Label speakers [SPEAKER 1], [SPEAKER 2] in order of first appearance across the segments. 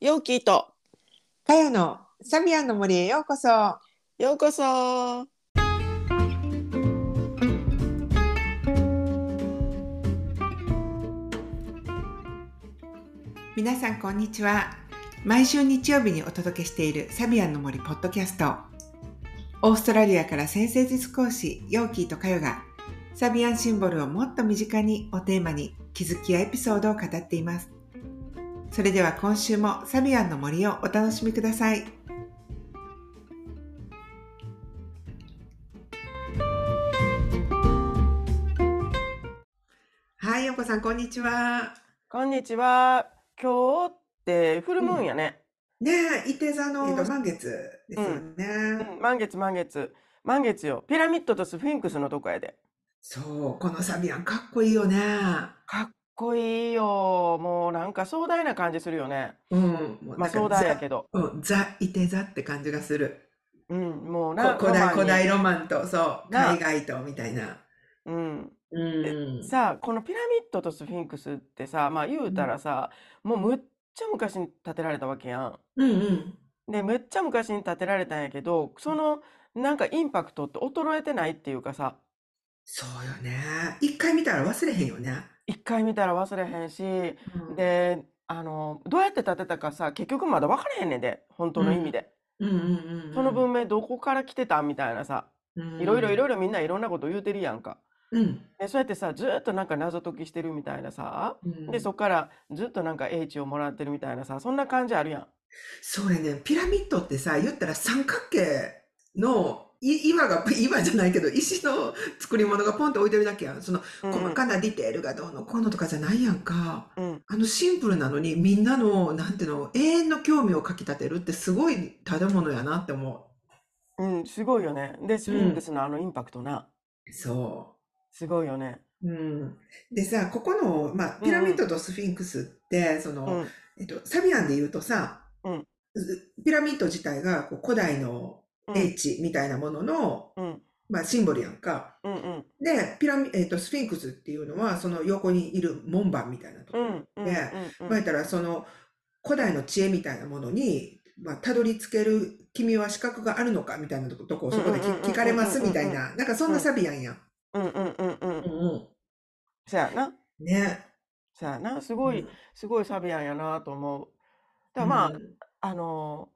[SPEAKER 1] ようきーと
[SPEAKER 2] かやのサビアンの森へようこそ。
[SPEAKER 1] ようこそ
[SPEAKER 2] 皆さんこんにちは。毎週日曜日にお届けしているサビアンの森ポッドキャスト。オーストラリアから先生術講師ヨーキーとカヨがサビアンシンボルをもっと身近にをテーマに気づきやエピソードを語っています。それでは今週もサビアンの森をお楽しみください。はい、ヨーコさんこんにちは。
[SPEAKER 1] こんにちは今日ってフルムーンやね、
[SPEAKER 2] ねえ、いて座の、
[SPEAKER 1] えっと
[SPEAKER 2] 満月ですよね。
[SPEAKER 1] うん満月満月満月よピラミッドとスフィンクスのとこやで
[SPEAKER 2] そう、このサビアンかっこいいよね。
[SPEAKER 1] かっこいいよもうなんか壮大な感じするよね
[SPEAKER 2] うん、もう
[SPEAKER 1] ま
[SPEAKER 2] な
[SPEAKER 1] あ
[SPEAKER 2] んか
[SPEAKER 1] 壮大やけど
[SPEAKER 2] ザ、うん、ザいて座って感じがする。
[SPEAKER 1] うんもう
[SPEAKER 2] こ
[SPEAKER 1] な
[SPEAKER 2] 古代
[SPEAKER 1] ロマ
[SPEAKER 2] 古
[SPEAKER 1] ンに
[SPEAKER 2] 代ロマンとそう、
[SPEAKER 1] な
[SPEAKER 2] 海外とみたいな。
[SPEAKER 1] うん
[SPEAKER 2] うん、
[SPEAKER 1] さあこのピラミッドとスフィンクスってさまあ言うたらさ、もうむっちゃ昔に建てられたわけやん
[SPEAKER 2] うんうん。
[SPEAKER 1] でめっちゃ昔に建てられたんやけどそのなんかインパクトって衰えてないっていうかさ
[SPEAKER 2] そうよね。一回見たら忘れへんよね。
[SPEAKER 1] 一回見たら忘れへんし
[SPEAKER 2] うん、
[SPEAKER 1] であのどうやって建てたかさ結局まだ分からへんねんで本当の意味で、
[SPEAKER 2] うんうんうん。
[SPEAKER 1] その文明どこから来てたみたいなさ
[SPEAKER 2] うん、
[SPEAKER 1] いろいろいろいろみんないろんなこと言うてるやんか
[SPEAKER 2] うん。
[SPEAKER 1] でそうやってさずーっとなんか謎解きしてるみたいなさ
[SPEAKER 2] うん。
[SPEAKER 1] でそっからずっとなんか英知をもらってるみたいなさそんな感じあるやん
[SPEAKER 2] そうやね。ピラミッドってさ、言ったら三角形のい岩が、 岩じゃないけど、石の作り物がポンって置いてるだけやん。その
[SPEAKER 1] うんうん
[SPEAKER 2] 細かなディテールがどうのこうのとかじゃないやんか。
[SPEAKER 1] うん
[SPEAKER 2] あのシンプルなのに、みんなの、なんていうの、永遠の興味をかき立てるってすごい食べ物やなって思
[SPEAKER 1] うんすごいよねでスフィンクスのあのインパクトな
[SPEAKER 2] う。そう。
[SPEAKER 1] すごいよね
[SPEAKER 2] うん、でさ、ここの、まあ、ピラミッドとスフィンクスって、その、
[SPEAKER 1] うん
[SPEAKER 2] えっと、サビアンで言うとさ、
[SPEAKER 1] うん
[SPEAKER 2] ピラミッド自体がこう古代の
[SPEAKER 1] うん
[SPEAKER 2] 英知みたいなものの、
[SPEAKER 1] うん
[SPEAKER 2] まあ、シンボルやんか。
[SPEAKER 1] うんうん
[SPEAKER 2] で、ピラミ、えっと、スフィンクスっていうのは、その横にいる門番みたいなとこ
[SPEAKER 1] う
[SPEAKER 2] ろ。
[SPEAKER 1] んうん
[SPEAKER 2] ね
[SPEAKER 1] うんうん
[SPEAKER 2] まあ、言ったら、その、古代の知恵みたいなものに、まあ、たどり着ける君は資格があるのかみたいなとことこをそこで
[SPEAKER 1] うんうんうんうんうん
[SPEAKER 2] 聞かれますみたいな、なんかそんなサビアンやん。
[SPEAKER 1] うんうんうんうん
[SPEAKER 2] うんう。
[SPEAKER 1] そやなん
[SPEAKER 2] ね。
[SPEAKER 1] そやなす
[SPEAKER 2] す
[SPEAKER 1] ごい、すごいサビアンやなと思う。だからまあ、あの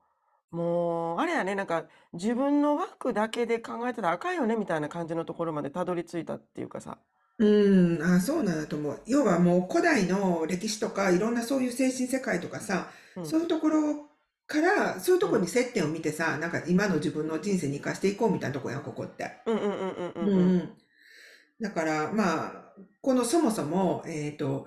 [SPEAKER 1] もうあれやねなんか自分の枠だけで考えてたらあかんよねみたいな感じのところまでたどり着いたっていうかさ。
[SPEAKER 2] うん、あ、そうなんだと思う。要はもう古代の歴史とかいろんなそういう精神世界とかさ、
[SPEAKER 1] うん
[SPEAKER 2] そういうところからそういうところに接点を見てさ、なんか今の自分の人生に生かしていこうみたいなとこやん、ここって。
[SPEAKER 1] うんうんうんうん
[SPEAKER 2] う
[SPEAKER 1] うんうん
[SPEAKER 2] ん。だからまあ、このそもそも、えっと、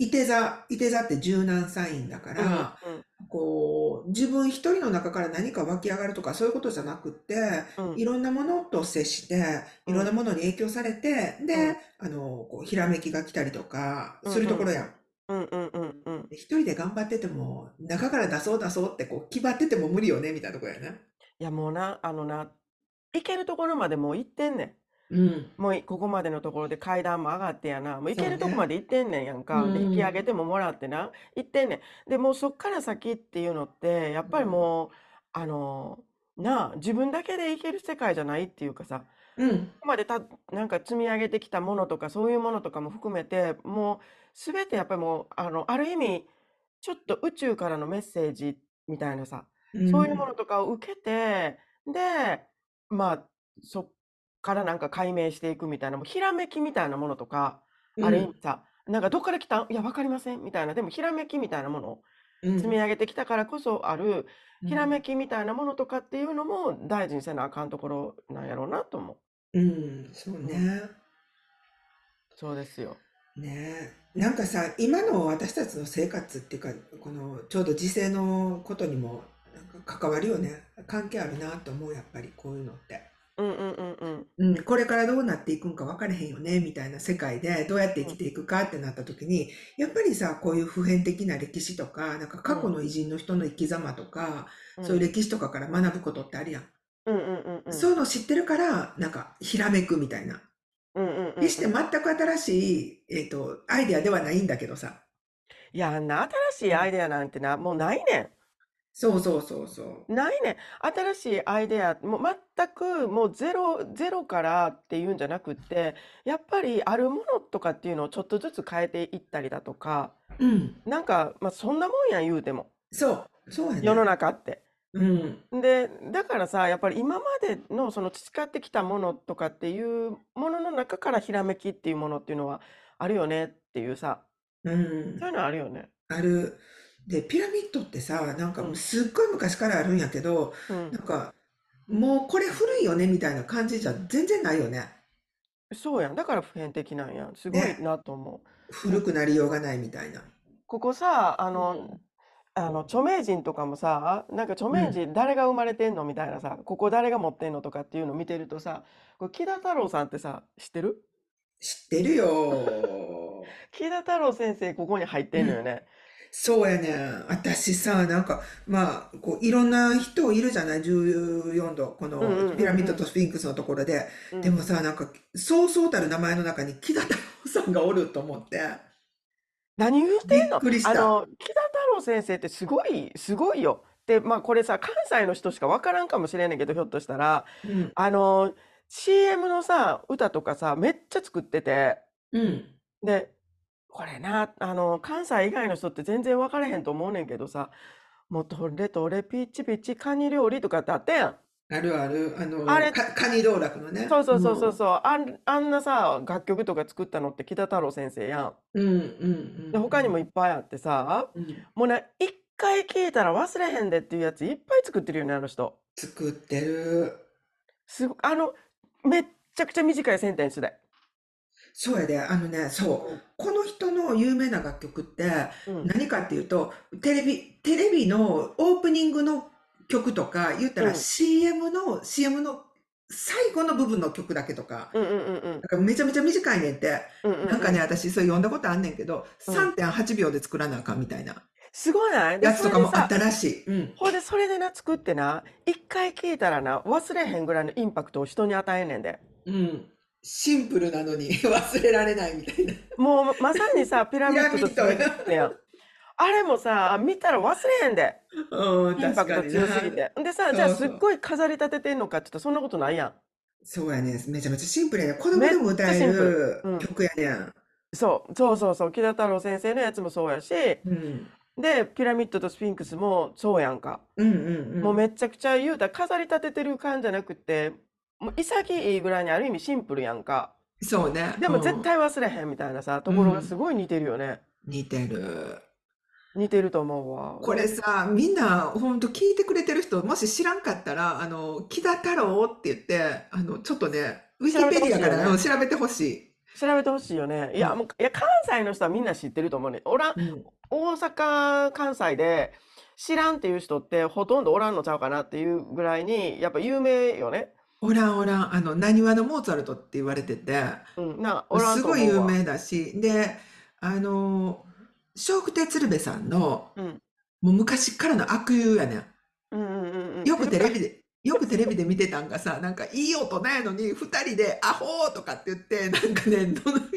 [SPEAKER 2] いて座、いて座って柔軟サインだから、こう、自分一人の中から何か湧き上がるとかそういうことじゃなくって、
[SPEAKER 1] うんうん
[SPEAKER 2] いろんなものと接して、
[SPEAKER 1] う
[SPEAKER 2] い
[SPEAKER 1] ん
[SPEAKER 2] ろんなものに影響されて、
[SPEAKER 1] うん
[SPEAKER 2] で、あの、こう、ひらめきが来たりとか、
[SPEAKER 1] うん
[SPEAKER 2] するところやん。
[SPEAKER 1] うんうんうんうん
[SPEAKER 2] で一人で頑張ってても、中から出そう出そうって、こう、気張ってても無理よね、みたいなところやね。
[SPEAKER 1] いやもうなあのな行けるところまでもう行ってんね
[SPEAKER 2] うん。
[SPEAKER 1] ん。もういここまでのところで階段も上がってやなもう行けるとこ
[SPEAKER 2] そうね
[SPEAKER 1] まで行ってんねんやんか、で
[SPEAKER 2] うん
[SPEAKER 1] 引き上げてももらってな行ってんねんでもうそっから先っていうのってやっぱりもう、あのなあ自分だけで行ける世界じゃないっていうかさ
[SPEAKER 2] うん。
[SPEAKER 1] ここまでたなんか積み上げてきたものとかそういうものとかも含めてもう全てやっぱりもうあのある意味ちょっと宇宙からのメッセージみたいなさそういうものとかを受けてでまあそっからなんか解明していくみたいなもうひらめきみたいなものとか
[SPEAKER 2] うん、
[SPEAKER 1] ある意味さなんかどっから来たんいや分かりませんみたいなでもひらめきみたいなものを
[SPEAKER 2] うん、
[SPEAKER 1] 積み上げてきたからこそあるひらめ
[SPEAKER 2] き。
[SPEAKER 1] きみたいなものとかっていうのも大事にせなあかんところなんやろうなと思う。
[SPEAKER 2] うん、そうね。
[SPEAKER 1] そうですよ。
[SPEAKER 2] ねえ。なんかさ、今の私たちの生活っていうか、この、ちょうど時世のことにも、なんか関わるよね。関係あるなと思う、やっぱり、こういうのって。
[SPEAKER 1] うんうんうんうん
[SPEAKER 2] うん、これからどうなっていくんか分からへんよね、みたいな世界でどうやって生きていくかってなった時に、やっぱりさ、こういう普遍的な歴史とか、なんか過去の偉人の人の生き様とか、
[SPEAKER 1] うん。
[SPEAKER 2] そういう歴史とかから学ぶことってあるやん。
[SPEAKER 1] うんうんうんうん。
[SPEAKER 2] そういうの知ってるから、なんかひらめくみたいな。
[SPEAKER 1] うんうんうんうん。
[SPEAKER 2] 決して全く新しい、えっと、アイデアではないんだけどさ。
[SPEAKER 1] いや、あんな新しいアイデアなんてな、もうないね
[SPEAKER 2] そうそうそうそ
[SPEAKER 1] ん。ないねん。新しいアイデア、もう全くもうゼロ、ゼロからっていうんじゃなくって、やっぱりあるものとかっていうのをちょっとずつ変えていったりだとか、
[SPEAKER 2] う。うん。
[SPEAKER 1] なんか、まあ、そんなもんやん言うても、
[SPEAKER 2] そう。そうや
[SPEAKER 1] 世の
[SPEAKER 2] ね。
[SPEAKER 1] 中って。
[SPEAKER 2] うん。
[SPEAKER 1] で、だからさ、やっぱり今までのその培ってきたものとかっていうものの中からひらめきっていうものっていうのはあるよねっていうさ、
[SPEAKER 2] う
[SPEAKER 1] そうい
[SPEAKER 2] ん。
[SPEAKER 1] うのあるよね。
[SPEAKER 2] ある。で、ピラミッドってさ、なん
[SPEAKER 1] う
[SPEAKER 2] か
[SPEAKER 1] ん、
[SPEAKER 2] すっごい昔からあるんやけど、
[SPEAKER 1] うん。
[SPEAKER 2] なんか、もうこれ古いよねみたいな感じじゃ全然ないよね。
[SPEAKER 1] そうやん。だから普遍的なんやん。すごい
[SPEAKER 2] ね。
[SPEAKER 1] なと思う。な
[SPEAKER 2] 古
[SPEAKER 1] ん
[SPEAKER 2] くなりようがないみたいな。
[SPEAKER 1] ここさ、あ
[SPEAKER 2] う
[SPEAKER 1] の、
[SPEAKER 2] ん。
[SPEAKER 1] あの著名人とかもさ、なんか著
[SPEAKER 2] う
[SPEAKER 1] 名
[SPEAKER 2] ん。
[SPEAKER 1] 人誰が生まれてんのみたいなさ、ここ誰が持ってんのとかっていうの見てるとさ、これ木田太郎さんってさ、知ってる
[SPEAKER 2] 知って るよ。
[SPEAKER 1] 木田太郎先生ここに入って
[SPEAKER 2] うん
[SPEAKER 1] のよ
[SPEAKER 2] ん。
[SPEAKER 1] ね。
[SPEAKER 2] そうやねん。私さ、なんか、まあ、こう、いろんな人いるじゃない ?14 度。こ
[SPEAKER 1] う
[SPEAKER 2] の
[SPEAKER 1] んうん
[SPEAKER 2] ピラミッ
[SPEAKER 1] う
[SPEAKER 2] ド
[SPEAKER 1] ん
[SPEAKER 2] とスフィンクスのところで。
[SPEAKER 1] う
[SPEAKER 2] で
[SPEAKER 1] ん。
[SPEAKER 2] もさ、なんか、そうそうたる名前の中に木田太郎さんがおると思って、
[SPEAKER 1] 何言うてん
[SPEAKER 2] びっ
[SPEAKER 1] の
[SPEAKER 2] くりし
[SPEAKER 1] あ
[SPEAKER 2] た。
[SPEAKER 1] の、木田太郎先生ってすごい、すごいよ。で、まあこれさ、関西の人しかわからんかもしれんねんけど、ひょっとしたら、
[SPEAKER 2] うん、
[SPEAKER 1] あの、CM のさ、歌とかさ、めっちゃ作ってて、
[SPEAKER 2] うん、
[SPEAKER 1] で、これな、あの、関西以外の人って全然分からへんと思うねんけどさ、もうトレトレピチピチカニ料理とかってあったやん。
[SPEAKER 2] あるある、あ
[SPEAKER 1] あ
[SPEAKER 2] の、
[SPEAKER 1] れ、
[SPEAKER 2] か、カニ道楽のね。、
[SPEAKER 1] そうそううそうそうんそう、あん、あんなさ、楽曲とか作ったのって北太郎先生やん。
[SPEAKER 2] うん、うん、うん、
[SPEAKER 1] で、他にもいっぱいあってさ、
[SPEAKER 2] うん。うん
[SPEAKER 1] もうね、一回聞いたら忘れへんでっていうやついっぱい作ってるよね、あの人。
[SPEAKER 2] 作ってる。
[SPEAKER 1] すご、あの、めっちゃくちゃ短いセンテンスで。
[SPEAKER 2] そうやで、あのね、そうう。
[SPEAKER 1] ん、
[SPEAKER 2] この人の有名な楽曲って
[SPEAKER 1] うん、
[SPEAKER 2] 何かっていうと、テレビ、テレビのオープニングの曲とか、言った
[SPEAKER 1] う
[SPEAKER 2] ら
[SPEAKER 1] ん、
[SPEAKER 2] CM の、CM の最後の部分の曲だけとか、
[SPEAKER 1] うん、うん、うん、
[SPEAKER 2] なんかめちゃめちゃ短いねんって。
[SPEAKER 1] うん、う
[SPEAKER 2] なん
[SPEAKER 1] ん、
[SPEAKER 2] か
[SPEAKER 1] う
[SPEAKER 2] ね、
[SPEAKER 1] ん、
[SPEAKER 2] 私、それ読んだことあんねんけど、
[SPEAKER 1] うん。
[SPEAKER 2] 3.8秒で作らなあかんみたいな
[SPEAKER 1] すごないで、
[SPEAKER 2] やつ
[SPEAKER 1] そ
[SPEAKER 2] と
[SPEAKER 1] れ
[SPEAKER 2] か
[SPEAKER 1] で
[SPEAKER 2] もあっ
[SPEAKER 1] さ、
[SPEAKER 2] たらしい。うん。
[SPEAKER 1] ほいで、それでな、作ってな、一回聞いたらな、忘れへんぐらいのインパクトを人に与えんねんで。
[SPEAKER 2] うん。シンプルなのに 忘れられないみたいな。
[SPEAKER 1] もう、まさにさ、ピラ
[SPEAKER 2] ピ
[SPEAKER 1] ミッ
[SPEAKER 2] ラ
[SPEAKER 1] ド
[SPEAKER 2] ミ
[SPEAKER 1] と
[SPEAKER 2] ッ
[SPEAKER 1] ス
[SPEAKER 2] ド
[SPEAKER 1] フィン
[SPEAKER 2] や。
[SPEAKER 1] クスやん。あれもさ、見たら忘れへんで。
[SPEAKER 2] うん、
[SPEAKER 1] インパ
[SPEAKER 2] 確
[SPEAKER 1] ク
[SPEAKER 2] か
[SPEAKER 1] ト
[SPEAKER 2] にな。
[SPEAKER 1] 強すぎて。でさ、じゃあ
[SPEAKER 2] そう
[SPEAKER 1] す
[SPEAKER 2] そ
[SPEAKER 1] っ
[SPEAKER 2] う。
[SPEAKER 1] ごい飾り立ててんのかって言ったらそんなことないやん。
[SPEAKER 2] そうやね。めちゃめちゃシンプルやね。子供
[SPEAKER 1] めっ
[SPEAKER 2] でも
[SPEAKER 1] ちゃ
[SPEAKER 2] 歌え
[SPEAKER 1] シンプル。
[SPEAKER 2] る
[SPEAKER 1] うん。
[SPEAKER 2] 曲やねん。
[SPEAKER 1] そう、そうそうそう。木田太郎先生のやつもそうやし、
[SPEAKER 2] うん。
[SPEAKER 1] で、ピラミッドとスフィンクスもそうやんか。
[SPEAKER 2] うんうんう。
[SPEAKER 1] もうんめっちゃくちゃ言うたら飾り立ててる感じじゃなくて、もう潔いぐらいにある意味シンプルやんか。
[SPEAKER 2] そうね。
[SPEAKER 1] で
[SPEAKER 2] う
[SPEAKER 1] も絶
[SPEAKER 2] ん。
[SPEAKER 1] 対忘れへんみたいなさ、と
[SPEAKER 2] う
[SPEAKER 1] ころがす
[SPEAKER 2] ん。
[SPEAKER 1] ごい似てるよね。
[SPEAKER 2] 似てる。
[SPEAKER 1] 似てると思うわ。
[SPEAKER 2] こ
[SPEAKER 1] で、
[SPEAKER 2] れさ、みんな、ほんと聞いてくれてる人、もし知らんかったら、あの、木田太郎って言って、あの、ちょっとね、ウィ
[SPEAKER 1] 調
[SPEAKER 2] キ
[SPEAKER 1] べてほ
[SPEAKER 2] ペディ
[SPEAKER 1] し
[SPEAKER 2] ア
[SPEAKER 1] い
[SPEAKER 2] か
[SPEAKER 1] よ
[SPEAKER 2] ら、う
[SPEAKER 1] ね。
[SPEAKER 2] ん調べてほしい。
[SPEAKER 1] 調べてほしいよね。いうや、も
[SPEAKER 2] ん。
[SPEAKER 1] う、いや、関西の人はみんな知ってると思うね。おらん、
[SPEAKER 2] うん。
[SPEAKER 1] 大阪、関西で知らんっていう人ってほとんどおらんのちゃうかなっていうぐらいに、やっぱ有名よね。
[SPEAKER 2] オランオラン、あの、なにわのモーツァルトって言われてて、
[SPEAKER 1] うん、な、おらん
[SPEAKER 2] す
[SPEAKER 1] と
[SPEAKER 2] ごい
[SPEAKER 1] 思う
[SPEAKER 2] 有
[SPEAKER 1] わ。
[SPEAKER 2] 名だし、で、あの、笑福亭鶴瓶さんの、
[SPEAKER 1] うん、
[SPEAKER 2] もう昔からの悪友やねん。
[SPEAKER 1] うん、うん、うん、うん。
[SPEAKER 2] よ
[SPEAKER 1] 言
[SPEAKER 2] く
[SPEAKER 1] う
[SPEAKER 2] テレビ
[SPEAKER 1] た。
[SPEAKER 2] で、よくテレビで見てたんがさ、なんかいい音なんやのに、二人でアホーとかって言って、なんかね、どの叩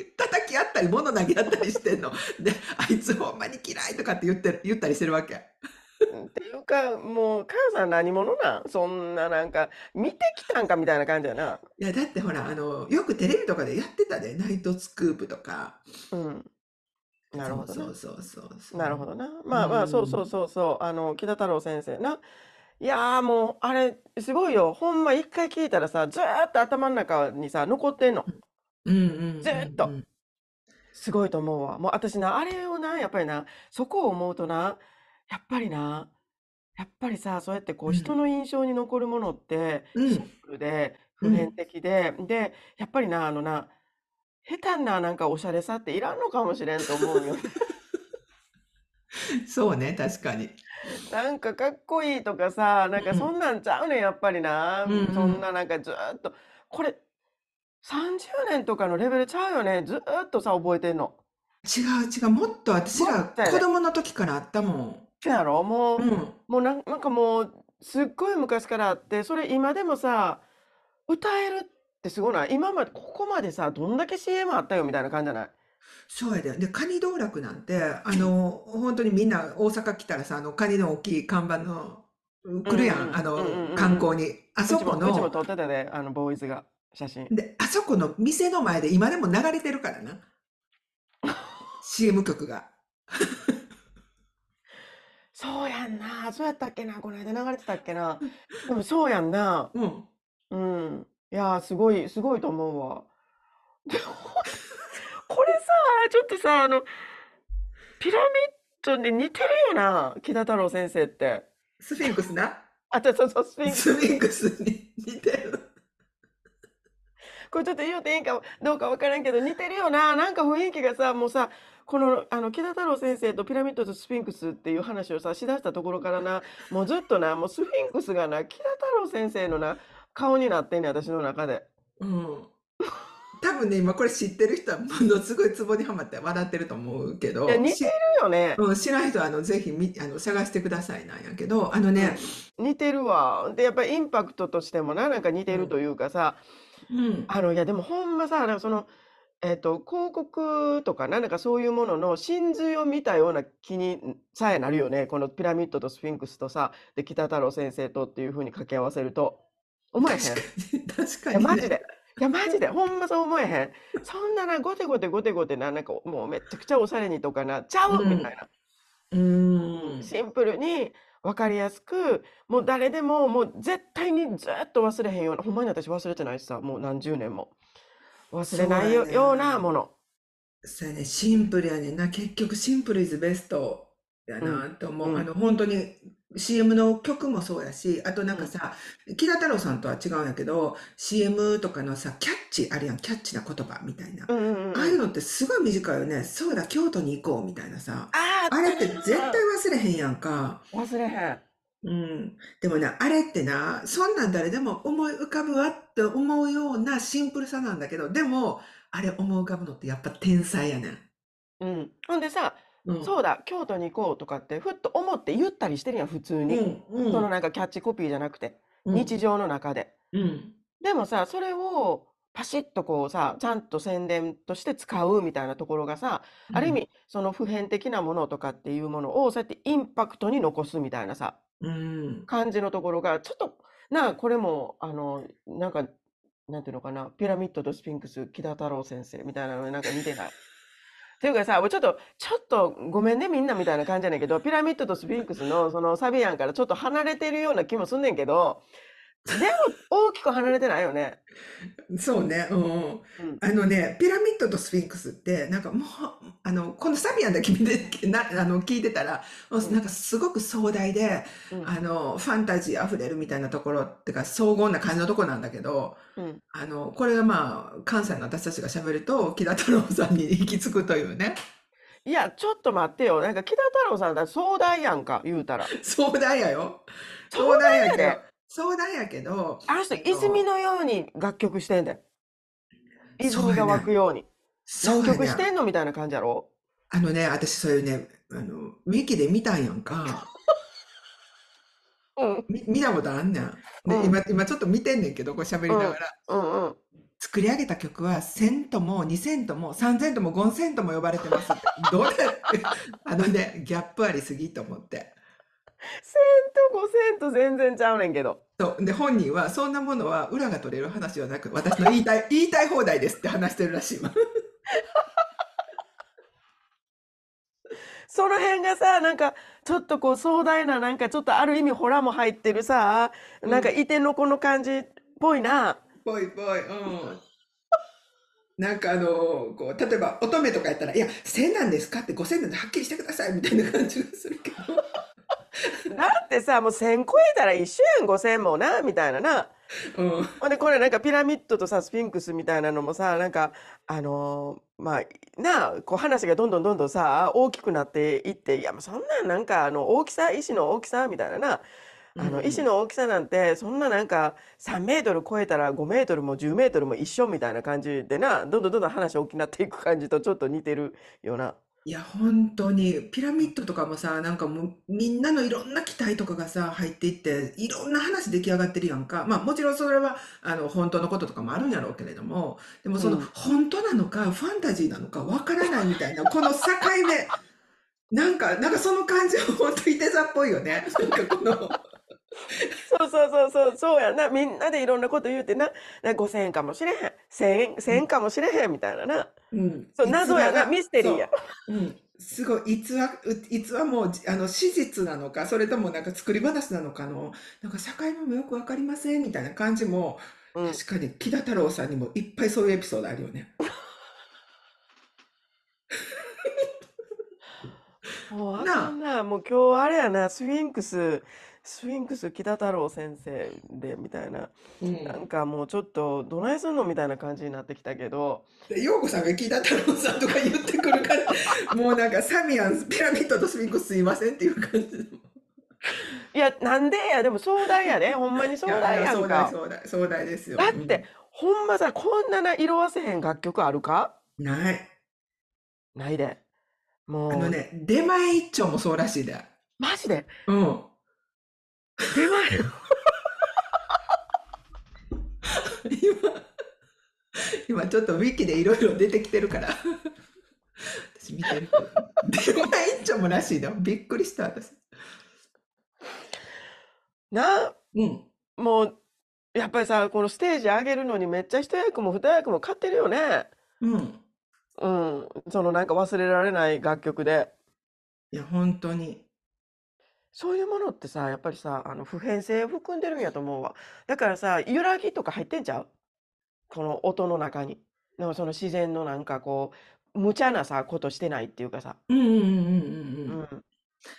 [SPEAKER 2] き合ったり、物投げ合ったりしてんの。で、あいつほんまに嫌いとかって言って、言ったりしてるわけ。
[SPEAKER 1] っていうか、もう、関西何者なんそんななんか、見てきたんかみたいな感じやな。
[SPEAKER 2] いや、だってほら、あの、よくテレビとかでやってたで、ナイトスクープとか。
[SPEAKER 1] うん。なる
[SPEAKER 2] そ
[SPEAKER 1] ほ
[SPEAKER 2] う
[SPEAKER 1] ど
[SPEAKER 2] そ
[SPEAKER 1] な。
[SPEAKER 2] うそうそうそ
[SPEAKER 1] なるほどな。
[SPEAKER 2] う。う。
[SPEAKER 1] まあまあ、そうそうんそうそう。あの、木田太郎先生な。いやーもう、あれ、すごいよ。ほんま、一回聞いたらさ、ずーっと頭の中にさ、残ってんの。
[SPEAKER 2] うんうん
[SPEAKER 1] ずーっ
[SPEAKER 2] うんう
[SPEAKER 1] と。
[SPEAKER 2] ん。
[SPEAKER 1] すごいと思うわ。もう私な、あれをな、やっぱりな、そこを思うとな、やっぱりな、やっぱりさ、そうやってこ
[SPEAKER 2] う
[SPEAKER 1] う人
[SPEAKER 2] ん。
[SPEAKER 1] の印象に残るものって
[SPEAKER 2] う
[SPEAKER 1] シン
[SPEAKER 2] ん。
[SPEAKER 1] プルで
[SPEAKER 2] う
[SPEAKER 1] 普遍
[SPEAKER 2] ん。
[SPEAKER 1] 的で、で、やっぱりな、あのな、下手ななんかおしゃれさっていらんのかもしれんと思うよね。
[SPEAKER 2] そうね、確かに。
[SPEAKER 1] なんかかっこいいとかさ、なんか
[SPEAKER 2] う
[SPEAKER 1] そん
[SPEAKER 2] ん。
[SPEAKER 1] なんちゃうねん、やっぱりな。
[SPEAKER 2] うんう。
[SPEAKER 1] そんなんなんかずーっと、これ30年とかのレベルちゃうよね。ずーっとさ、覚えてんの。
[SPEAKER 2] 違う違う。もっと私
[SPEAKER 1] もっ
[SPEAKER 2] ら
[SPEAKER 1] たい
[SPEAKER 2] 子
[SPEAKER 1] ない。
[SPEAKER 2] 供の時からあったもん。
[SPEAKER 1] そやろも
[SPEAKER 2] う
[SPEAKER 1] う、
[SPEAKER 2] ん。
[SPEAKER 1] もうなんなんかもう、すっごい昔からあって、それ今でもさ、歌えるってすごない今まで、ここまでさ、どんだけ CM あったよみたいな感じじゃない
[SPEAKER 2] そうやで。で、カニ道楽なんて、あの、本当にみんな大阪来たらさ、あの、カニの大きい看板の、来るや
[SPEAKER 1] うんうん
[SPEAKER 2] ん、あ
[SPEAKER 1] うんうんうん
[SPEAKER 2] の、観光に。あそこ
[SPEAKER 1] うちもうちも
[SPEAKER 2] の、
[SPEAKER 1] 撮ってたで、あの、ボーイズが、写真。
[SPEAKER 2] で、あそこの店の前で今でも流れてるか らな。CM 曲が。
[SPEAKER 1] そうやんな。そうやったっけな。この間流れてたっけな。でもそうやんな。
[SPEAKER 2] うん。
[SPEAKER 1] うん。いやー、すごい、すごいと思うわ。でも、これさ、ちょっとさ、あの、ピラミッドに似てるよな。木田太郎先生って。
[SPEAKER 2] スフィンクスな。
[SPEAKER 1] あ、そうそうそう、 スフィンクス。
[SPEAKER 2] スフィンクスに似てる。
[SPEAKER 1] これちょっと言うていいんかどうかわからんけど、似てるよな。なんか雰囲気がさ、もうさ、この、あの、木田太郎先生とピラミッドとスフィンクスっていう話をさ、しだしたところからな、もうずっとな、もうスフィンクスがな、木田太郎先生のな、顔になってんねん、私の中で。
[SPEAKER 2] うん。多分ね、今これ知ってる人はものすごいツボにはまって笑ってると思うけど、
[SPEAKER 1] いや似
[SPEAKER 2] し
[SPEAKER 1] てるよね。
[SPEAKER 2] うん、知らない人はあのぜひみあの探してくださいなんやけど、あのね、
[SPEAKER 1] 似てるわ。で、やっぱりインパクトとしてもな、なんか似てるというかさ、
[SPEAKER 2] うん、
[SPEAKER 1] あの、いや、でもほんまさ、なんかその、えっと、広告とかな、なんかそういうものの真髄を見たような気にさえなるよね。このピラミッドとスフィンクスとさ、で、北太郎先生とっていうふうに掛け合わせると。思えへん。い
[SPEAKER 2] 確かに、 確か
[SPEAKER 1] や、
[SPEAKER 2] に
[SPEAKER 1] マ
[SPEAKER 2] ね
[SPEAKER 1] ジで。いや、マジで。ほんまそう思えへん。そんなな、ゴテゴテゴテゴテな、なんかもうめちゃくちゃおしゃれにとかな、ちゃうみたいな。
[SPEAKER 2] うーん、
[SPEAKER 1] シンプルに分かりやすく、もう誰でも、もう絶対にずっと忘れへんような、ほんまに私忘れてないしさ、もう何十年も。忘れないよ
[SPEAKER 2] そうやね
[SPEAKER 1] ようなもの。
[SPEAKER 2] そうやね、シンプルやねんな、結局シンプルイズベストやなと思う、
[SPEAKER 1] うん
[SPEAKER 2] あの本当に CM の曲もそうやし、あとなんかさ、木田太郎さんとは違うんやけど、CM とかのさ、キャッチあるやん、キャッチな言葉みたいな、
[SPEAKER 1] うんうんうん
[SPEAKER 2] ああいうのってすごい短いよね、そうだ、京都に行こうみたいなさ、
[SPEAKER 1] あー
[SPEAKER 2] あれって絶対忘れへんやんか。
[SPEAKER 1] 忘れへん。
[SPEAKER 2] うん、でもな、あれってな、そんなん誰でも思い浮かぶわって思うようなシンプルさなんだけど、でも、あれ思い浮かぶのってやっぱ天才やねん。
[SPEAKER 1] うん、ほんでさ、
[SPEAKER 2] うん、
[SPEAKER 1] そうだ、京都に行こうとかって、ふっと思って言ったりしてるやん、普通
[SPEAKER 2] う
[SPEAKER 1] に。
[SPEAKER 2] ん、うん、
[SPEAKER 1] そのなんかキャッチコピーじゃなくて、
[SPEAKER 2] うん、
[SPEAKER 1] 日常の中で。
[SPEAKER 2] うん、
[SPEAKER 1] でもさ、それをパシッとこうさ、ちゃんと宣伝として使うみたいなところがさ、ある意味、その普遍的なものとかっていうものを、そうやってインパクトに残すみたいなさ、
[SPEAKER 2] うん、
[SPEAKER 1] 感じのところが、ちょっと、なあ、これも、あの、なんか、なんていうのかな、ピラミッドとスフィンクス、木田太郎先生みたいなのになんか似てない。っていうかさ、もうちょっと、ちょっとごめんねみんなみたいな感じやねんけど、ピラミッドとスフィンクスのそのサビアンからちょっと離れてるような気もすんねんけど、でも大きく離れてないよね。
[SPEAKER 2] うん。そうね、うん。
[SPEAKER 1] うん
[SPEAKER 2] あのね、ピラミッドとスフィンクスって、なんかもう、あの、このサビアンだけ見て、な、あの、聞いてたら、
[SPEAKER 1] ん
[SPEAKER 2] なんかすごく壮大で、
[SPEAKER 1] うん
[SPEAKER 2] あの、ファンタジー溢れるみたいなところってか、荘厳な感じのとこなんだけど、
[SPEAKER 1] うん
[SPEAKER 2] あの、これがまあ、関西の私たちが喋ると、木田太郎さんに行き着くというね、
[SPEAKER 1] いや、ちょっと待ってよ。なんか、北太郎さんだ、壮大やんか、言うたら。
[SPEAKER 2] 壮大やよ。
[SPEAKER 1] 壮大やで
[SPEAKER 2] 壮けど、壮大やけど、
[SPEAKER 1] あの人、
[SPEAKER 2] あの
[SPEAKER 1] 泉のように楽曲してんだよ。
[SPEAKER 2] そう
[SPEAKER 1] 泉
[SPEAKER 2] やね
[SPEAKER 1] が湧くように。
[SPEAKER 2] そうや
[SPEAKER 1] 楽曲
[SPEAKER 2] ね
[SPEAKER 1] してんのみたいな感じやろ
[SPEAKER 2] あのね、私そういうね、あの、ウィキで見たんやんか。
[SPEAKER 1] うん、
[SPEAKER 2] み見たことあんねん。で
[SPEAKER 1] うん
[SPEAKER 2] 今、今ちょっと見てんねんけど、こう喋りながら。
[SPEAKER 1] うん、うん。
[SPEAKER 2] 作り上げた曲は1000とも2000とも3000とも5000とも呼ばれてますって。どうだあのね、ギャップありすぎと思って。
[SPEAKER 1] 1000と5000と全然ちゃうねんけど。
[SPEAKER 2] そう。で、本人は、そんなものは裏が取れる話はなく、私の言いた い、言いたい放題ですって話してるらしいわ。
[SPEAKER 1] その辺がさ、なんか、ちょっとこう壮大な、なんかちょっとある意味ホラも入ってるさ、なんか、いてのこの感じっぽい な。
[SPEAKER 2] ぽいぽい、うん。なんかあのこう、例えば乙女とかやったら、いや、1000なんですかって5000なんではっきりしてくださいみたいな感じがするけど。
[SPEAKER 1] だってさ、もう1000超えたら一緒やん、5000もな、みたいなな。
[SPEAKER 2] うん。
[SPEAKER 1] ほんでこれなんかピラミッドとさスフィンクスみたいなのもさなんかあのーまあなあこう話がどんどんどんどんさ大きくなっていっていやもうそんなんなんかあの大きさ石の大きさみたいななあ
[SPEAKER 2] う
[SPEAKER 1] の
[SPEAKER 2] ん
[SPEAKER 1] 石の大きさなんてそんななんか3メートル超えたら5メートルも10メートルも一緒みたいな感じでなどんどんどんどん話大きくなっていく感じとちょっと似てるよな。
[SPEAKER 2] いや、本当に、ピラミッドとかもさ、なんかもう、みんなのいろんな期待とかがさ、入っていって、いろんな話出来上がってるやんか。まあ、もちろんそれは、あの、本当のこととかもあるんやろうけれども、でも
[SPEAKER 1] う
[SPEAKER 2] その、
[SPEAKER 1] ん。
[SPEAKER 2] 本当なのか、ファンタジーなのか、わからないみたいな、この境目、 なんか、なんかその感じは本当いて座っぽいよね。なんかこの、
[SPEAKER 1] そうそうそうそう、そうやな。みんなでいろんなこと言うてな。な5000円かもしれへん。1000円、1000円かもしれへんみたいなな。
[SPEAKER 2] うん、
[SPEAKER 1] そう、
[SPEAKER 2] 逸
[SPEAKER 1] 謎や
[SPEAKER 2] 話
[SPEAKER 1] な。
[SPEAKER 2] が、
[SPEAKER 1] ミステリーや。
[SPEAKER 2] そう、うん、すごい、逸話、う逸話も、じあの、史実なのか、それともなんか作り話なのかの、なんか境目もよくわかりませんみたいな感じも、
[SPEAKER 1] うん。
[SPEAKER 2] 確かに、木田太郎さんにもいっぱいそういうエピソードあるよね。
[SPEAKER 1] もうあか
[SPEAKER 2] なんあ、
[SPEAKER 1] な。もう今日あれやな。スフィンクス、スフィンクス、木田太郎先生で、みたいな。
[SPEAKER 2] う
[SPEAKER 1] なん
[SPEAKER 2] ん。
[SPEAKER 1] かもうちょっと、どないすんのみたいな感じになってきたけど。
[SPEAKER 2] で、陽子さんが木田太郎さんとか言ってくるか ら、もうなんか、サミアン、ピラミッドとスフィンクスすいませんっていう感じの。
[SPEAKER 1] いや、なんでや。でも壮大や で。ほんまに
[SPEAKER 2] い
[SPEAKER 1] 壮
[SPEAKER 2] や、い
[SPEAKER 1] 大
[SPEAKER 2] や、
[SPEAKER 1] やん
[SPEAKER 2] 壮大、
[SPEAKER 1] か。
[SPEAKER 2] 壮大、壮大ですよ。
[SPEAKER 1] だ
[SPEAKER 2] う
[SPEAKER 1] って、
[SPEAKER 2] ん。
[SPEAKER 1] ほんまさ、こんなな色あせへん楽曲あるか
[SPEAKER 2] ない。
[SPEAKER 1] ないで。
[SPEAKER 2] あ
[SPEAKER 1] も
[SPEAKER 2] の
[SPEAKER 1] う、
[SPEAKER 2] ね、出前一丁もそうらしいで。
[SPEAKER 1] マジで。
[SPEAKER 2] うん。
[SPEAKER 1] 出前。
[SPEAKER 2] 今、今ちょっとウィキでいろいろ出てきてるから 私見てるけど出前一丁もらしいのびっくりした私
[SPEAKER 1] な、
[SPEAKER 2] うん
[SPEAKER 1] もう、やっぱりさ、このステージ上げるのにめっちゃ一役も二役も買ってるよね。
[SPEAKER 2] うん
[SPEAKER 1] うん。そのなんか忘れられない楽曲で。
[SPEAKER 2] いや本当に
[SPEAKER 1] そういうものってさ、やっぱりさ、あの普遍性を含んでるんやと思うわ。だからさ、揺らぎとか入ってんちゃうこの音の中に。でもその自然のなんかこう、無茶なさ、ことしてないっていうかさ。
[SPEAKER 2] うんうんうんうんう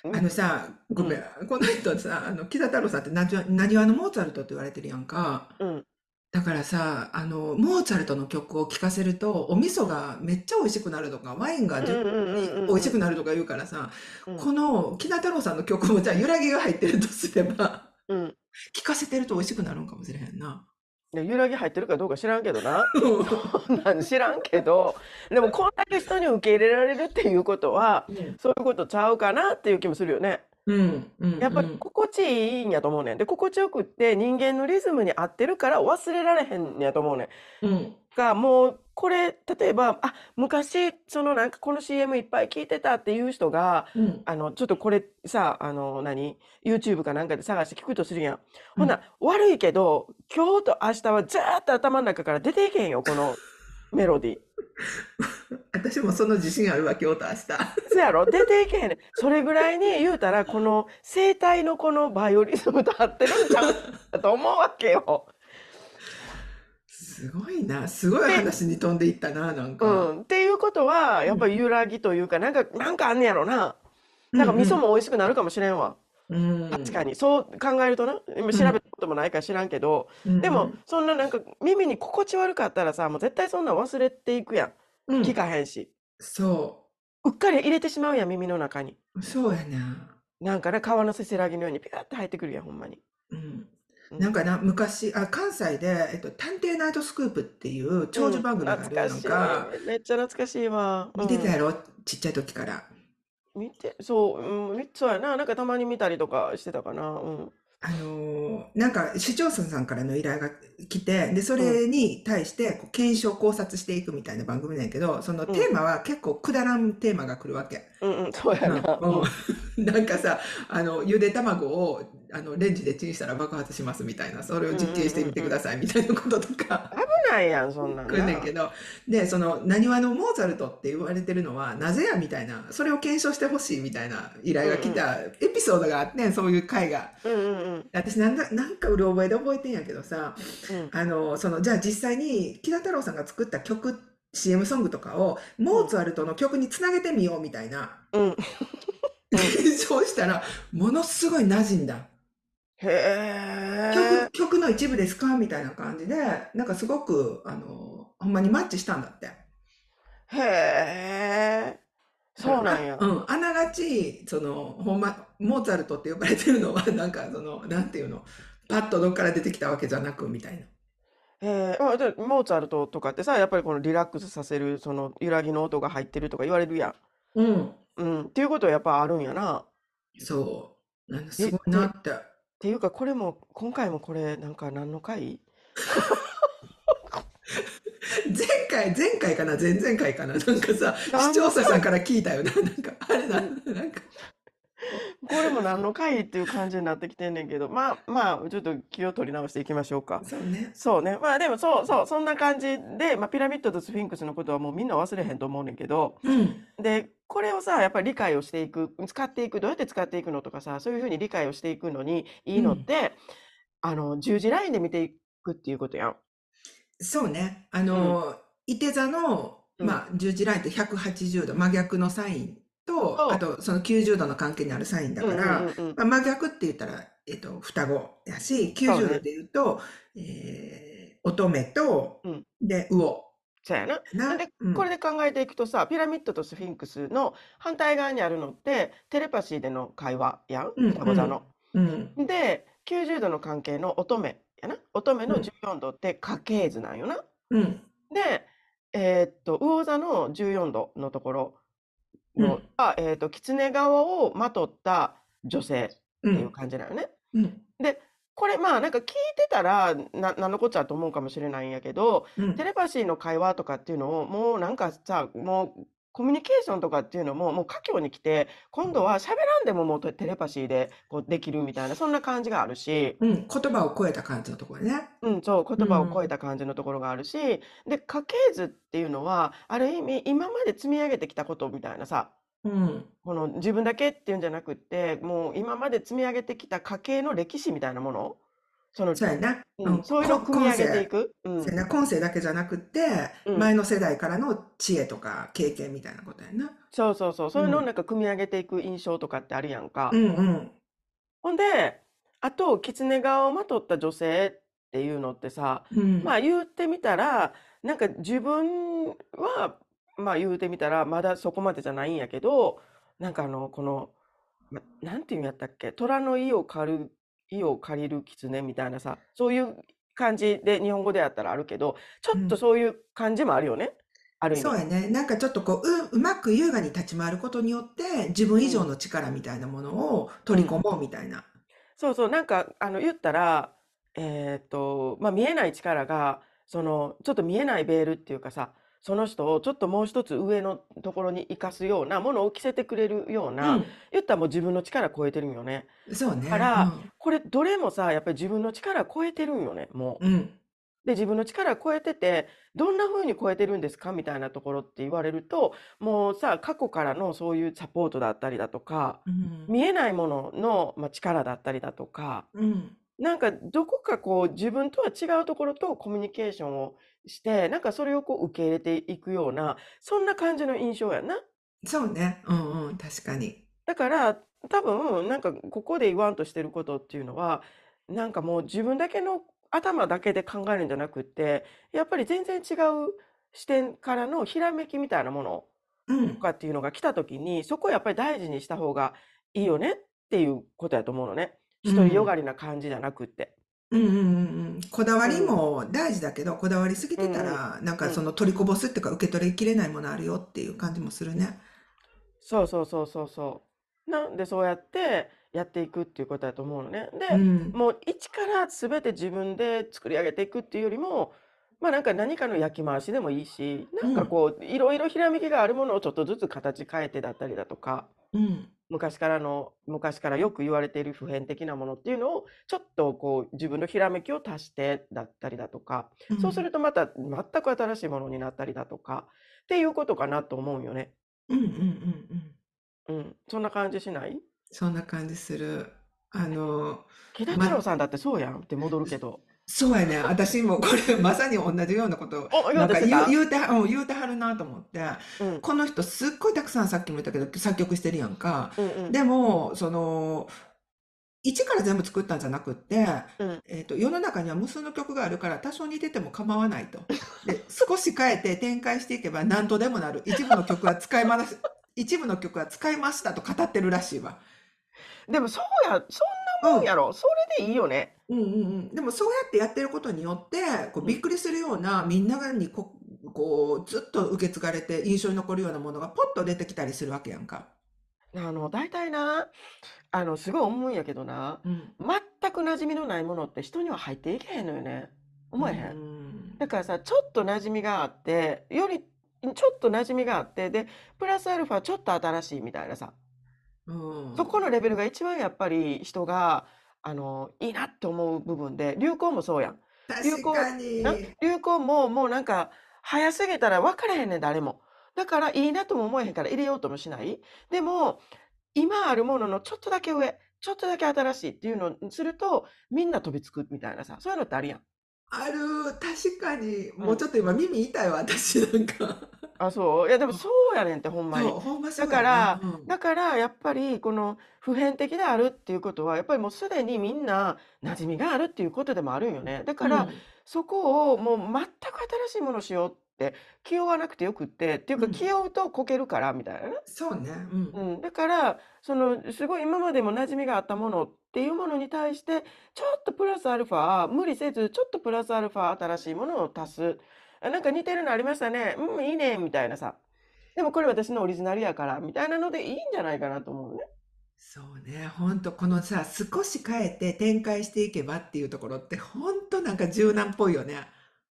[SPEAKER 1] うんん。
[SPEAKER 2] あ
[SPEAKER 1] う
[SPEAKER 2] のさご
[SPEAKER 1] う
[SPEAKER 2] めん
[SPEAKER 1] ん。
[SPEAKER 2] この人さあの木田太郎さんってなにわなにわのモーツァルトって言われてるやんか
[SPEAKER 1] うん。
[SPEAKER 2] だからさあのモーツァルトの曲を聴かせるとお味噌がめっちゃ美味しくなるとかワインが
[SPEAKER 1] うん
[SPEAKER 2] じゅ
[SPEAKER 1] うんうんうんうん
[SPEAKER 2] 美味
[SPEAKER 1] う
[SPEAKER 2] しく
[SPEAKER 1] ん。
[SPEAKER 2] なるとか言うからさ
[SPEAKER 1] うん。
[SPEAKER 2] この木田太郎さんの曲もじゃあ揺らぎが入ってるとすれば
[SPEAKER 1] うん。
[SPEAKER 2] 聞かせてると美味しくなるんかもしれへんな。
[SPEAKER 1] いや揺らぎ入ってるかどうか知らんけど な。
[SPEAKER 2] う
[SPEAKER 1] そんなん知らんけど、でもこんだけ人に受け入れられるっていうことは、
[SPEAKER 2] ん
[SPEAKER 1] そういうことちゃうかなっていう気もするよね。
[SPEAKER 2] うんうん
[SPEAKER 1] やっぱ
[SPEAKER 2] う
[SPEAKER 1] り
[SPEAKER 2] ん
[SPEAKER 1] 心地いいんやと思うねん。で、心地よくって人間のリズムに合ってるから忘れられへんやと思うねん。
[SPEAKER 2] うん
[SPEAKER 1] が、もう、これ、例えば、あ、昔、そのなんかこの CM いっぱい聞いてたっていう人が、
[SPEAKER 2] うん
[SPEAKER 1] あの、ちょっとこれさ、あの、何 ?YouTube かなんかで探して聞くとするやん。
[SPEAKER 2] う
[SPEAKER 1] ほ
[SPEAKER 2] ん
[SPEAKER 1] な、悪いけど、今日と明日はずーっと頭の中から出ていけへんよ、このメロディー。
[SPEAKER 2] 私もその自信あるわ今日と明日。
[SPEAKER 1] そやろ出ていけへんねん。それぐらいに言うたら、この声帯のこのバイオリズムと合ってるんちゃうんだと思うわけよ。
[SPEAKER 2] すごいなすごい
[SPEAKER 1] で、
[SPEAKER 2] 話に飛んでいったななん
[SPEAKER 1] う
[SPEAKER 2] か。
[SPEAKER 1] ん。っていうことは、や
[SPEAKER 2] う
[SPEAKER 1] っぱ
[SPEAKER 2] ん
[SPEAKER 1] り揺らぎというか、なんか、なんかあんねやろな。
[SPEAKER 2] う
[SPEAKER 1] なんか味噌
[SPEAKER 2] ん
[SPEAKER 1] も美味しくなるかもしれんわ。
[SPEAKER 2] うんう
[SPEAKER 1] 確か
[SPEAKER 2] ん
[SPEAKER 1] に。そう考えるとな。今
[SPEAKER 2] う
[SPEAKER 1] 調べ
[SPEAKER 2] ん
[SPEAKER 1] たこともないから知らんけど、
[SPEAKER 2] う
[SPEAKER 1] でも、
[SPEAKER 2] ん
[SPEAKER 1] そんななんか耳に心地悪かったらさ、もう絶対そんなん忘れていくやん。
[SPEAKER 2] う
[SPEAKER 1] 聞
[SPEAKER 2] ん
[SPEAKER 1] かへんし。
[SPEAKER 2] そう
[SPEAKER 1] っかり入れてしまうやん、耳の中に。
[SPEAKER 2] うそうやな。
[SPEAKER 1] なんかね、川のせせらぎのようにピカって入ってくるやん、ほんまに。
[SPEAKER 2] うん、
[SPEAKER 1] う
[SPEAKER 2] なん
[SPEAKER 1] ん。
[SPEAKER 2] かな昔あ関西で、えっと「探偵ナイトスクープ」っていう長
[SPEAKER 1] う
[SPEAKER 2] 寿
[SPEAKER 1] ん、
[SPEAKER 2] 番組があ
[SPEAKER 1] 懐
[SPEAKER 2] る
[SPEAKER 1] か
[SPEAKER 2] の
[SPEAKER 1] しい。
[SPEAKER 2] が
[SPEAKER 1] めっちゃ懐かしいわ。う
[SPEAKER 2] 見てたや
[SPEAKER 1] ん。
[SPEAKER 2] ろちっちゃい時から。
[SPEAKER 1] 見て、そう、うん、みそうやな。なんかたまに見たりとかしてたかな。うん。
[SPEAKER 2] あのーなんか視聴者さんからの依頼が来て、で、そ
[SPEAKER 1] うん。
[SPEAKER 2] れに対してこう検証考察していくみたいな番組なんやけど、その
[SPEAKER 1] う
[SPEAKER 2] テ
[SPEAKER 1] ん。
[SPEAKER 2] ーマは結構くだらんテーマが来るわけ。
[SPEAKER 1] うんうん、そうや
[SPEAKER 2] な、
[SPEAKER 1] な。うん。
[SPEAKER 2] うん。 なんかさ、あの、ゆで卵をあのレンジでチンしたら爆発しますみたいな、それを
[SPEAKER 1] うん
[SPEAKER 2] 実
[SPEAKER 1] う
[SPEAKER 2] 験
[SPEAKER 1] ん
[SPEAKER 2] してみ
[SPEAKER 1] う
[SPEAKER 2] て
[SPEAKER 1] ん
[SPEAKER 2] く
[SPEAKER 1] うん。
[SPEAKER 2] ださいみたいなこととか。
[SPEAKER 1] 危ないやん、そんなん
[SPEAKER 2] 来んねんけ
[SPEAKER 1] な。
[SPEAKER 2] ど、で、その、なにわのモーツァルトって言われてるのは、なぜやみたいな、それを検証してほしいみたいな依
[SPEAKER 1] う
[SPEAKER 2] 頼
[SPEAKER 1] ん
[SPEAKER 2] が来
[SPEAKER 1] うん。
[SPEAKER 2] たエピソードがあってん、そういう回が。
[SPEAKER 1] うんうんうん。
[SPEAKER 2] 私なんだ、なんかうろ覚えで覚えてんやけどさ、
[SPEAKER 1] うん。
[SPEAKER 2] あの、その、じゃあ実際に、木田太郎さんが作った曲、CM ソングとかを、
[SPEAKER 1] う
[SPEAKER 2] モー
[SPEAKER 1] ん。
[SPEAKER 2] ツァルトの曲につなげてみようみたいな、
[SPEAKER 1] うん。うん。
[SPEAKER 2] 検証したら、ものすごい馴染んだ。
[SPEAKER 1] へえ。
[SPEAKER 2] 曲、曲の一部ですかみたいな感じで、なんかすごく、あの、ほんまにマッチしたんだって。
[SPEAKER 1] へえ。
[SPEAKER 2] だか
[SPEAKER 1] そうなん
[SPEAKER 2] ら、あ、
[SPEAKER 1] や。
[SPEAKER 2] うん、あながち、その、ほんま、モーツァルトって呼ばれてるのは、なんか、その、なんていうの、パッとどっから出てきたわけじゃなく、みたいな。
[SPEAKER 1] えー、まあ、でモーツァルトとかってさ、やっぱりこのリラックスさせる、その揺らぎの音が入ってるとか言われるやん。
[SPEAKER 2] うん。
[SPEAKER 1] うん、っていうことはやっぱあるんやな。っ
[SPEAKER 2] そう。なんかすごいなって。
[SPEAKER 1] ていうかこれも今回もこれなんか何の回
[SPEAKER 2] 前回、前回かな前々回かななんかさ、
[SPEAKER 1] あ
[SPEAKER 2] 視聴者さんから聞いたよな。なんか、あれだ。なんか、
[SPEAKER 1] これも何の回っていう感じになってきてんねんけどまあまあちょっと気を取り直していきましょうか。
[SPEAKER 2] そうね。
[SPEAKER 1] そうねまあでもそうそうそんな感じで、まあ、ピラミッドとスフィンクスのことはもうみんな忘れへんと思うねんけど
[SPEAKER 2] うん。
[SPEAKER 1] でこれをさやっぱり理解をしていく使っていくどうやって使っていくのとかさそういうふうに理解をしていくのにいいのって、あの十字ラインで見ていくっていうことやん。
[SPEAKER 2] そうね。あの、いて座の、
[SPEAKER 1] うん
[SPEAKER 2] まあ、十字ラインって180度、真逆のサイン
[SPEAKER 1] そう
[SPEAKER 2] と、あと、その90度の関係にあるサインだから、
[SPEAKER 1] うんうんうんうん
[SPEAKER 2] まあ、真逆って言ったら、えっと、双子やし、90
[SPEAKER 1] そうね
[SPEAKER 2] 度で言うと、えー、乙女と、
[SPEAKER 1] うん
[SPEAKER 2] で、魚。
[SPEAKER 1] そうやな
[SPEAKER 2] な、
[SPEAKER 1] で
[SPEAKER 2] うん
[SPEAKER 1] これで考えていくとさピラミッドとスフィンクスの反対側にあるのってテレパシーでの会話やん
[SPEAKER 2] うん
[SPEAKER 1] 双子座の。
[SPEAKER 2] うん。
[SPEAKER 1] で90度の関係の乙女やな乙女
[SPEAKER 2] う
[SPEAKER 1] の
[SPEAKER 2] ん
[SPEAKER 1] 14度って家系図なんよな。
[SPEAKER 2] うん。
[SPEAKER 1] で、えーっと、魚座の14度のところ
[SPEAKER 2] う
[SPEAKER 1] の
[SPEAKER 2] ん
[SPEAKER 1] は、えーっと、狐側をまとった女性
[SPEAKER 2] う。
[SPEAKER 1] っていうん感じだよね。
[SPEAKER 2] うん。
[SPEAKER 1] これ、まあ、なんか聞いてたら、な、なんのこっちゃと思うかもしれないんやけど、
[SPEAKER 2] うん
[SPEAKER 1] テレパシーの会話とかっていうのを、もうなんかさ、もう、コミュニケーションとかっていうのも、もう佳境に来て、今度は喋らんでももうテレパシーでこうできるみたいな、そんな感じがあるし、
[SPEAKER 2] うん。言葉を超えた感じのところね。
[SPEAKER 1] うん、そう、言葉
[SPEAKER 2] う
[SPEAKER 1] を
[SPEAKER 2] ん
[SPEAKER 1] 超えた感じのところがあるし、で、家系図っていうのは、ある意味、今まで積み上げてきたことみたいなさ、
[SPEAKER 2] うん。
[SPEAKER 1] この自分だけっていうんじゃなくって、もう今まで積み上げてきた家系の歴史みたいなもの、その、
[SPEAKER 2] そうやな。
[SPEAKER 1] うん
[SPEAKER 2] ん
[SPEAKER 1] そういうのを組み上げてい
[SPEAKER 2] こ
[SPEAKER 1] く。う
[SPEAKER 2] 今世
[SPEAKER 1] ん、
[SPEAKER 2] そうやな。今世だけじゃなくって、
[SPEAKER 1] うん
[SPEAKER 2] 前の世代からの知恵とか経験みたいなことやな。
[SPEAKER 1] そうそうそう、そういうのを
[SPEAKER 2] うん
[SPEAKER 1] なんか組み上げていく印象とかってあるやんか
[SPEAKER 2] う。んうん。
[SPEAKER 1] ほんで、あと、狐顔をまとった女性っていうのってさ、
[SPEAKER 2] うん。
[SPEAKER 1] まあ言ってみたらなんか自分はまあ言うてみたらまだそこまでじゃないんやけどなんかあのこのまなんていうんやったっけ虎の意を借る意を借りる狐みたいなさそういう感じで日本語でやったらあるけどちょっ
[SPEAKER 2] うん
[SPEAKER 1] とそういう感じもあるよね、ある意味
[SPEAKER 2] そうやね。なんかちょっとこう、う、うまく優雅に立ち回ることによって、自分以上の力みたいなものを取り込もうみたいな。
[SPEAKER 1] そうそうなんかあの言ったらえーっとまあ見えない力がそのちょっと見えないベールっていうかさその人をちょっともう一つ上のところに生かすようなものを着せてくれるような、言ったらもう自分の力超えてるんよね。
[SPEAKER 2] うん。そうね。
[SPEAKER 1] からこれどれもさやっぱり自分の力超えてるんよねもう。
[SPEAKER 2] うん。うん。
[SPEAKER 1] で自分の力超えててどんな風に超えてるんですかみたいなところって言われるともうさ過去からのそういうサポートだったりだとか
[SPEAKER 2] うん。
[SPEAKER 1] 見えないものの、まあ、力だったりだとか
[SPEAKER 2] うん。
[SPEAKER 1] なんかどこかこう自分とは違うところとコミュニケーションをしてなんかそれをこう受け入れていくようなそんな感じの印象やな。
[SPEAKER 2] そうね。うんうん。確かに。
[SPEAKER 1] だから多分なんかここで言わんとしてることっていうのはなんかもう自分だけの頭だけで考えるんじゃなくってやっぱり全然違う視点からのひらめきみたいなもの
[SPEAKER 2] うん
[SPEAKER 1] と。かっていうのが来た時にそこをやっぱり大事にした方がいいよねっていうことやと思うのね。
[SPEAKER 2] うん
[SPEAKER 1] 独りよがりな感じじゃなくって。
[SPEAKER 2] うんうんうんうん、こだわりも大事だけど、こだわりすぎてたら、なんかその取りこぼすっていうか、受け取りきれないものあるよっていう感じもするね。
[SPEAKER 1] そうそうそうそうそう。なんでそうやってやっていくっていうことだと思うのね。で、
[SPEAKER 2] うん、
[SPEAKER 1] もう一から全て自分で作り上げていくっていうよりも、まあなんか何かの焼き回しでもいいし、なんかこういろいろひらめきがあるものをちょっとずつ形変えてだったりだとか、
[SPEAKER 2] うん、
[SPEAKER 1] 昔からの昔からよく言われている普遍的なものっていうのをちょっとこう自分のひらめきを足してだったりだとか、そうするとまた全く新しいものになったりだとかっていうことかなと思うよね。
[SPEAKER 2] うん、うん、うん、うん。
[SPEAKER 1] うん、そんな感じしない？
[SPEAKER 2] そんな感じする。あの、
[SPEAKER 1] 木田太郎さんだってそうやんって戻るけど。
[SPEAKER 2] そうやね。私もこれ、 まさに同じようなことを、
[SPEAKER 1] お、言おう
[SPEAKER 2] な
[SPEAKER 1] んとし
[SPEAKER 2] か
[SPEAKER 1] て
[SPEAKER 2] 言
[SPEAKER 1] た
[SPEAKER 2] う、言うては、うん、言うてはるなと思って、
[SPEAKER 1] うん
[SPEAKER 2] この人すっごいたくさんさっきも言ったけど、作曲してるやんか。
[SPEAKER 1] うんうん
[SPEAKER 2] でも、その、一から全部作ったんじゃなくって、
[SPEAKER 1] うん
[SPEAKER 2] えっと、世の中には無数の曲があるから多少似てても構わないと。で、少し変えて展開していけば何とでもなる。一部の曲は使いまだ、 一部の曲は使いましたと語ってるらしいわ。
[SPEAKER 1] でもそうや、そんなもんやろ。それでいいよね。
[SPEAKER 2] うんうんうん。でもそうやってやってることによって、こうびっくりするようなみんなにここうずっと受け継がれて印象に残るようなものがポッと出てきたりするわけやんか。
[SPEAKER 1] あの、大体な、あの、すごい思うんやけどな、
[SPEAKER 2] うん。
[SPEAKER 1] 全く馴染みのないものって人には入っていけへんのよね。思えへん。
[SPEAKER 2] ん
[SPEAKER 1] だからさ、ちょっと馴染みがあって、より、ちょっと馴染みがあって、で、プラスアルファちょっと新しいみたいなさ、
[SPEAKER 2] うん
[SPEAKER 1] そこのレベルが一番やっぱり人が、あの、いいなって思う部分で、流行もそうやん。流
[SPEAKER 2] 確
[SPEAKER 1] 行、
[SPEAKER 2] かに。
[SPEAKER 1] な、流行ももうなんか早すぎたら分からへんねん、誰も。だからいいなとも思えへんから入れようともしない。でも、今あるもののちょっとだけ上、ちょっとだけ新しいっていうのをすると、みんな飛びつくみたいなさ、そういうのってあるやん。
[SPEAKER 2] ある、確かに。
[SPEAKER 1] う。
[SPEAKER 2] もうんちょっと今耳痛いわ、私なんか。
[SPEAKER 1] あ、そう。いや、でも
[SPEAKER 2] あ
[SPEAKER 1] そうやねんって、ほんま
[SPEAKER 2] そ
[SPEAKER 1] に。
[SPEAKER 2] う、ほんまそ
[SPEAKER 1] だ
[SPEAKER 2] う
[SPEAKER 1] か
[SPEAKER 2] やな。
[SPEAKER 1] ら、
[SPEAKER 2] う
[SPEAKER 1] だ
[SPEAKER 2] ん。
[SPEAKER 1] からやっぱりこの普遍的であるっていうことは、やっぱりもうすでにみんな馴染みがあるっていうことでもあるんよね。だ
[SPEAKER 2] う
[SPEAKER 1] から、
[SPEAKER 2] ん。
[SPEAKER 1] そこをもう全く新しいものをしようって気負わなくてよくってっていう
[SPEAKER 2] う
[SPEAKER 1] か気
[SPEAKER 2] ん。
[SPEAKER 1] 負うとこけるからみたいなね。
[SPEAKER 2] そうね。うん。
[SPEAKER 1] うん、だからそのすごい今までも馴染みがあったものっていうものに対してちょっとプラスアルファ無理せずちょっとプラスアルファ新しいものを足すあなんか似てるのありましたねうんいいねみたいなさでもこれ私のオリジナルやからみたいなのでいいんじゃないかなと思うね。
[SPEAKER 2] そうね。ほんと、このさ、少し変えて展開していけばっていうところって、ほんとなんか柔軟っぽいよね。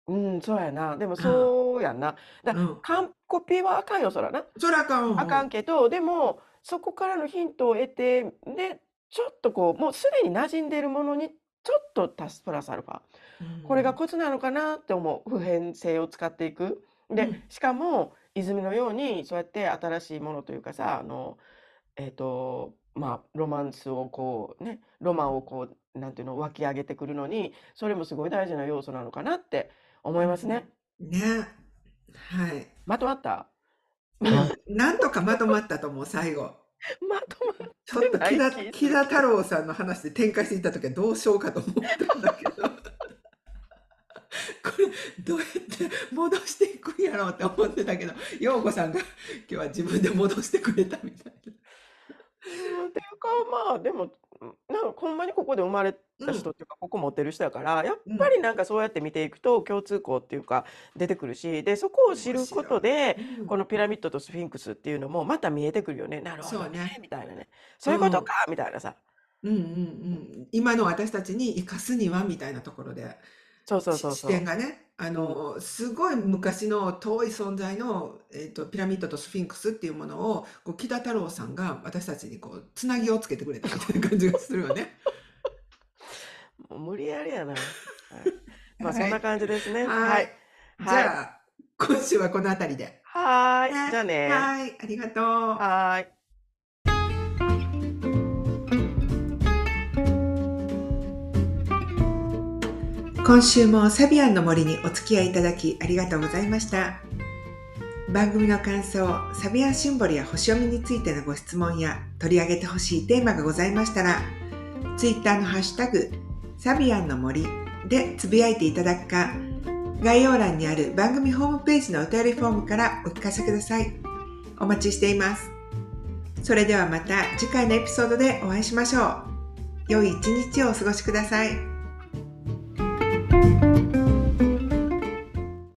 [SPEAKER 1] うん、そうやな。でも
[SPEAKER 2] うん。
[SPEAKER 1] そうやんな。だ、
[SPEAKER 2] うん。
[SPEAKER 1] 完コピーはあかんよ、そらな。
[SPEAKER 2] そらかん、
[SPEAKER 1] あ
[SPEAKER 2] う
[SPEAKER 1] かん
[SPEAKER 2] ん。
[SPEAKER 1] け ど、でも、そこからのヒントを得て、で、ちょっとこう、もうすでに馴染んでいるものに、ちょっと足すプラスアルファ。
[SPEAKER 2] う
[SPEAKER 1] これが
[SPEAKER 2] ん。
[SPEAKER 1] コツなのかなって思う。普遍性を使っていく。
[SPEAKER 2] う
[SPEAKER 1] で、
[SPEAKER 2] ん。
[SPEAKER 1] しかも、泉のように、そうやって新しいものというかさ、あの、えっと、まあ、ロマンスをこうね、ロマンをこう、なんていうの、湧き上げてくるのに、それもすごい大事な要素なのかなって思いますね。
[SPEAKER 2] うんね。はい。
[SPEAKER 1] まとまった
[SPEAKER 2] そう。なんとかまとまったと思う、最後。
[SPEAKER 1] まとまっ
[SPEAKER 2] ちょってと
[SPEAKER 1] な
[SPEAKER 2] 木
[SPEAKER 1] い
[SPEAKER 2] 田、
[SPEAKER 1] 気す
[SPEAKER 2] 木
[SPEAKER 1] る
[SPEAKER 2] 田
[SPEAKER 1] け
[SPEAKER 2] 太
[SPEAKER 1] ど。
[SPEAKER 2] 郎さんの話で展開していった時はどうしようかと思ったんだけど、これどうやって戻していくんやろうって思ってたけど、陽子さんが今日は自分で戻してくれたみたい
[SPEAKER 1] う
[SPEAKER 2] な。
[SPEAKER 1] んっていうかまあでもうんなんかほんまにここで生まれ
[SPEAKER 2] う
[SPEAKER 1] た人っ
[SPEAKER 2] ん、
[SPEAKER 1] ていうかここ持ってる人やからやっ
[SPEAKER 2] う
[SPEAKER 1] ぱ
[SPEAKER 2] ん、
[SPEAKER 1] りなんかそうやって見ていくと共通項っていうか出てくるしでそこを知
[SPEAKER 2] 面
[SPEAKER 1] るこ
[SPEAKER 2] 白い。
[SPEAKER 1] とで
[SPEAKER 2] う
[SPEAKER 1] こ
[SPEAKER 2] ん、
[SPEAKER 1] のピラミッドとスフィンクスっていうのもまた見えてくるよねなるほ
[SPEAKER 2] そう
[SPEAKER 1] どね
[SPEAKER 2] ね。
[SPEAKER 1] みたいなねそうういうこ
[SPEAKER 2] ん、う
[SPEAKER 1] と
[SPEAKER 2] ん、
[SPEAKER 1] かみたいなさ
[SPEAKER 2] うん、うん。今の私たちに生かすにはみたいなところで、
[SPEAKER 1] そうそう
[SPEAKER 2] し
[SPEAKER 1] そう
[SPEAKER 2] 視点
[SPEAKER 1] そ
[SPEAKER 2] がね、あ
[SPEAKER 1] ううん
[SPEAKER 2] の、すごい昔の遠い存在の、えっと、ピラミッドとスフィンクスっていうものを、こう、木田太郎さんが私たちにこう、つなぎをつけてくれたみたいな感じがする よね。
[SPEAKER 1] もう無理やりや なはいまあそ
[SPEAKER 2] は。
[SPEAKER 1] んない感じですね
[SPEAKER 2] は
[SPEAKER 1] はい
[SPEAKER 2] い。じ
[SPEAKER 1] はい
[SPEAKER 2] ゃあ、今週はこの辺りで。
[SPEAKER 1] はーいじゃあ
[SPEAKER 2] ね。
[SPEAKER 1] ね
[SPEAKER 2] はい。ありがとう。
[SPEAKER 1] はーい
[SPEAKER 2] 今週もサビアンの森にお付き合いいただきありがとうございました。番組の感想、サビアンシンボルや星読みについてのご質問や取り上げてほしいテーマがございましたら、ツイッターのハッシュタグ、サビアンの森でつぶやいていただくか、概要欄にある番組ホームページのお便りフォームからお聞かせください。お待ちしています。それではまた次回のエピソードでお会いしましょう。良い一日をお過ごしください。